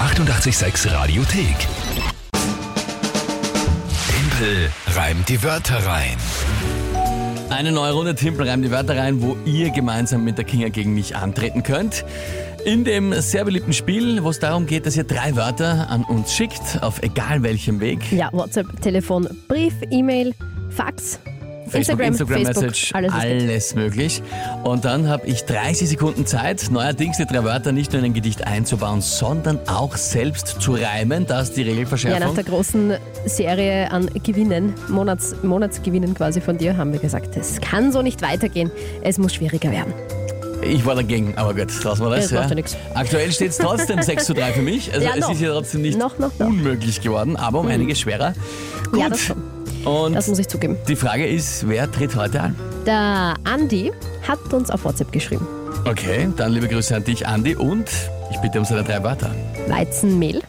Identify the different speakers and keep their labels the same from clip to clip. Speaker 1: 886 Radiothek. Tempel reimt die Wörter rein.
Speaker 2: Eine neue Runde Timpel reimt die Wörter rein, wo ihr gemeinsam mit der Kinga gegen mich antreten könnt. In dem sehr beliebten Spiel, wo es darum geht, dass ihr drei Wörter an uns schickt, auf egal welchem Weg.
Speaker 3: Ja, WhatsApp, Telefon, Brief, E-Mail, Fax,
Speaker 2: Facebook,
Speaker 3: Instagram,
Speaker 2: Instagram
Speaker 3: Facebook,
Speaker 2: Message,
Speaker 3: alles
Speaker 2: alles,
Speaker 3: ist
Speaker 2: möglich. Und dann habe ich 30 Sekunden Zeit, neuerdings die drei Wörter nicht nur in ein Gedicht einzubauen, sondern auch selbst zu reimen. Das ist die
Speaker 3: Ja, nach
Speaker 2: Regelverschärfung.
Speaker 3: der großen Serie an Gewinnen, Monats, Monatsgewinnen quasi von dir, haben wir gesagt, es kann so nicht weitergehen. Es muss schwieriger werden.
Speaker 2: ich war dagegen, aber gut, lassen wir das.
Speaker 3: Das macht ja nichts.
Speaker 2: Aktuell steht es trotzdem 6 zu 3 für mich. Also
Speaker 3: Ja,
Speaker 2: es
Speaker 3: noch.
Speaker 2: ist ja trotzdem nicht
Speaker 3: Noch, noch, Hm. noch.
Speaker 2: unmöglich geworden, aber um einiges schwerer. Gut.
Speaker 3: Ja, das schon.
Speaker 2: Und
Speaker 3: Das muss ich zugeben.
Speaker 2: die Frage ist, wer tritt heute an?
Speaker 3: Der Andi hat uns auf WhatsApp geschrieben.
Speaker 2: Okay, dann liebe Grüße an dich, Andi, und ich bitte um seine drei Wörter.
Speaker 3: Weizenmehl,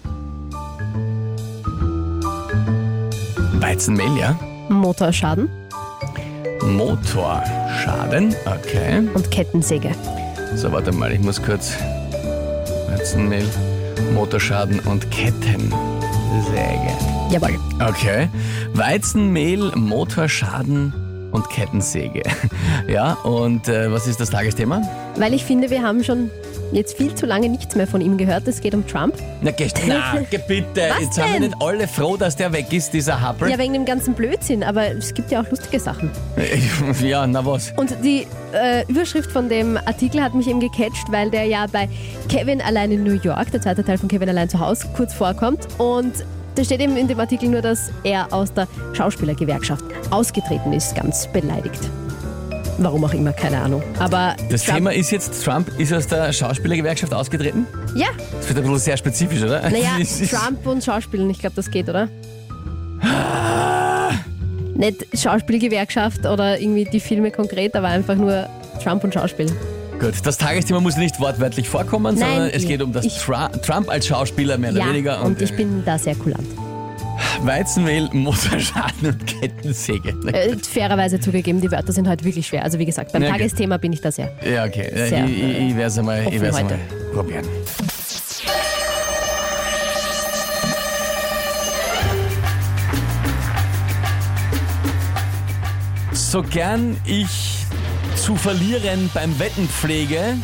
Speaker 2: Weizenmehl, ja?
Speaker 3: Motorschaden
Speaker 2: Motorschaden, okay.
Speaker 3: und Kettensäge.
Speaker 2: So, warte mal, ich muss kurz. Weizenmehl, Motorschaden und Kettensäge.
Speaker 3: Jawohl.
Speaker 2: Okay. Weizenmehl, Motorschaden und Kettensäge. Ja, und äh, was ist das Tagesthema?
Speaker 3: Weil ich finde, wir haben schon jetzt viel zu lange nichts mehr von ihm gehört. Es geht um Trump.
Speaker 2: Na, gest Na ge- bitte.
Speaker 3: Was
Speaker 2: Jetzt sind wir
Speaker 3: denn?
Speaker 2: nicht alle froh, dass der weg ist, dieser Happel.
Speaker 3: Ja, wegen dem ganzen Blödsinn, aber es gibt ja auch lustige Sachen.
Speaker 2: ja na was?
Speaker 3: Und die äh, Überschrift von dem Artikel hat mich eben gecatcht, weil der ja bei Kevin allein in New York, der zweite Teil von Kevin allein zu Hause, kurz vorkommt. Und da steht eben in dem Artikel nur, dass er aus der Schauspielergewerkschaft ausgetreten ist, ganz beleidigt. Warum auch immer, keine Ahnung. Aber
Speaker 2: Das
Speaker 3: Trump-
Speaker 2: Thema ist jetzt, Trump ist aus der Schauspielergewerkschaft ausgetreten.
Speaker 3: Ja,
Speaker 2: Das wird ein bisschen sehr spezifisch, oder?
Speaker 3: naja,
Speaker 2: Es ist-
Speaker 3: Trump und Schauspielen, ich glaube, das geht, oder? Nicht Schauspielgewerkschaft oder irgendwie die Filme konkret, aber einfach nur Trump und Schauspiel.
Speaker 2: Gut, das Tagesthema muss nicht wortwörtlich vorkommen,
Speaker 3: Nein,
Speaker 2: sondern es
Speaker 3: ich-
Speaker 2: geht um das
Speaker 3: ich-
Speaker 2: Tra Trump als Schauspieler mehr oder
Speaker 3: ja,
Speaker 2: weniger. äh,
Speaker 3: und ich bin da sehr kulant.
Speaker 2: Weizenmehl, Motorschaden und Kettensäge.
Speaker 3: Äh, fairerweise zugegeben, die Wörter sind heute wirklich schwer. Also wie gesagt, beim
Speaker 2: Ja, okay.
Speaker 3: Tagesthema bin ich da sehr.
Speaker 2: Ja, okay.
Speaker 3: Sehr,
Speaker 2: ich ich, ich werde es einmal, ich
Speaker 3: offen
Speaker 2: werd's
Speaker 3: heute.
Speaker 2: einmal probieren. So gern ich zu verlieren beim Wetten pflege,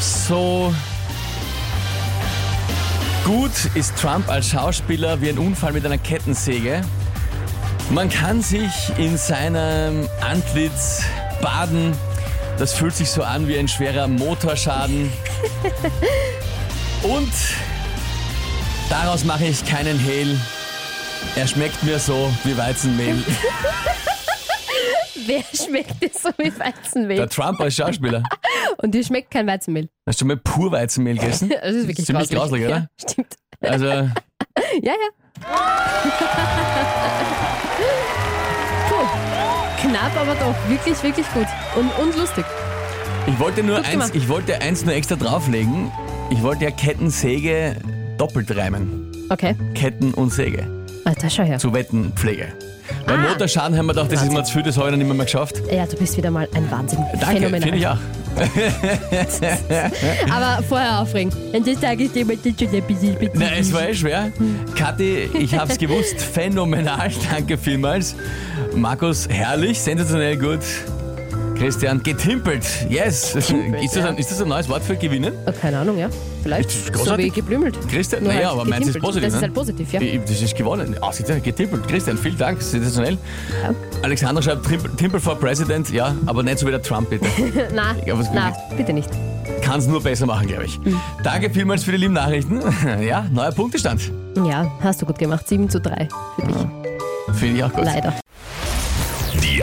Speaker 2: so gut ist Trump als Schauspieler wie ein Unfall mit einer Kettensäge. Man kann sich in seinem Antlitz baden. Das fühlt sich so an wie ein schwerer Motorschaden. Und daraus mache ich keinen Hehl. Er schmeckt mir so wie Weizenmehl.
Speaker 3: Wer schmeckt dir so wie Weizenmehl?
Speaker 2: Der Trump als Schauspieler.
Speaker 3: Und dir schmeckt kein Weizenmehl.
Speaker 2: Hast du mal pur Weizenmehl gegessen?
Speaker 3: Das ist wirklich
Speaker 2: Hm? Ziemlich grauslich, oder?
Speaker 3: Ja, stimmt.
Speaker 2: Also,
Speaker 3: Ja, ja. Puh. Knapp, aber doch. Wirklich, wirklich gut. Und, und lustig.
Speaker 2: ich wollte nur
Speaker 3: Gut
Speaker 2: eins,
Speaker 3: gemacht.
Speaker 2: ich wollte eins nur extra drauflegen. Ich wollte ja Kettensäge doppelt reimen.
Speaker 3: Okay.
Speaker 2: Ketten und Säge.
Speaker 3: Alter, schau her.
Speaker 2: zu wetten pflege. Beim
Speaker 3: Ah.
Speaker 2: Motorschaden haben wir gedacht, das ist mir zu viel, das habe ich noch nicht mehr, mehr geschafft.
Speaker 3: Ja, du bist wieder mal ein Wahnsinn.
Speaker 2: Danke, finde ich auch.
Speaker 3: Aber vorher aufregen. Und das sage ich dir mit
Speaker 2: Na, es war eh schwer. Kathi, ich hab's gewusst, phänomenal, danke vielmals. Markus, herrlich, sensationell gut. Christian, getimpelt, yes. ist, das ein, ist das ein neues Wort für gewinnen?
Speaker 3: Oh, keine Ahnung, ja. Vielleicht.
Speaker 2: Das ist
Speaker 3: so
Speaker 2: großartig.
Speaker 3: wie geblümelt.
Speaker 2: Christian,
Speaker 3: Nur
Speaker 2: naja,
Speaker 3: halt
Speaker 2: aber meins ist
Speaker 3: getimpelt.
Speaker 2: positiv.
Speaker 3: Das ist
Speaker 2: ne?
Speaker 3: halt positiv, ja.
Speaker 2: Ich- Das ist gewonnen. Ausgezeichnet, getimpelt. Christian, vielen Dank, sensationell.
Speaker 3: Ja.
Speaker 2: Alexander schreibt, Timpel, Timpel for President, ja, aber nicht so wie der Trump, bitte.
Speaker 3: Na,
Speaker 2: glaub, es
Speaker 3: na, bitte nicht.
Speaker 2: kann es nur besser machen, glaube ich.
Speaker 3: Mhm.
Speaker 2: Danke vielmals für die lieben Nachrichten. Ja, neuer Punktestand.
Speaker 3: Ja, hast du gut gemacht. 7 zu 3 für dich.
Speaker 2: Finde ich auch gut.
Speaker 3: Leider.
Speaker 1: Die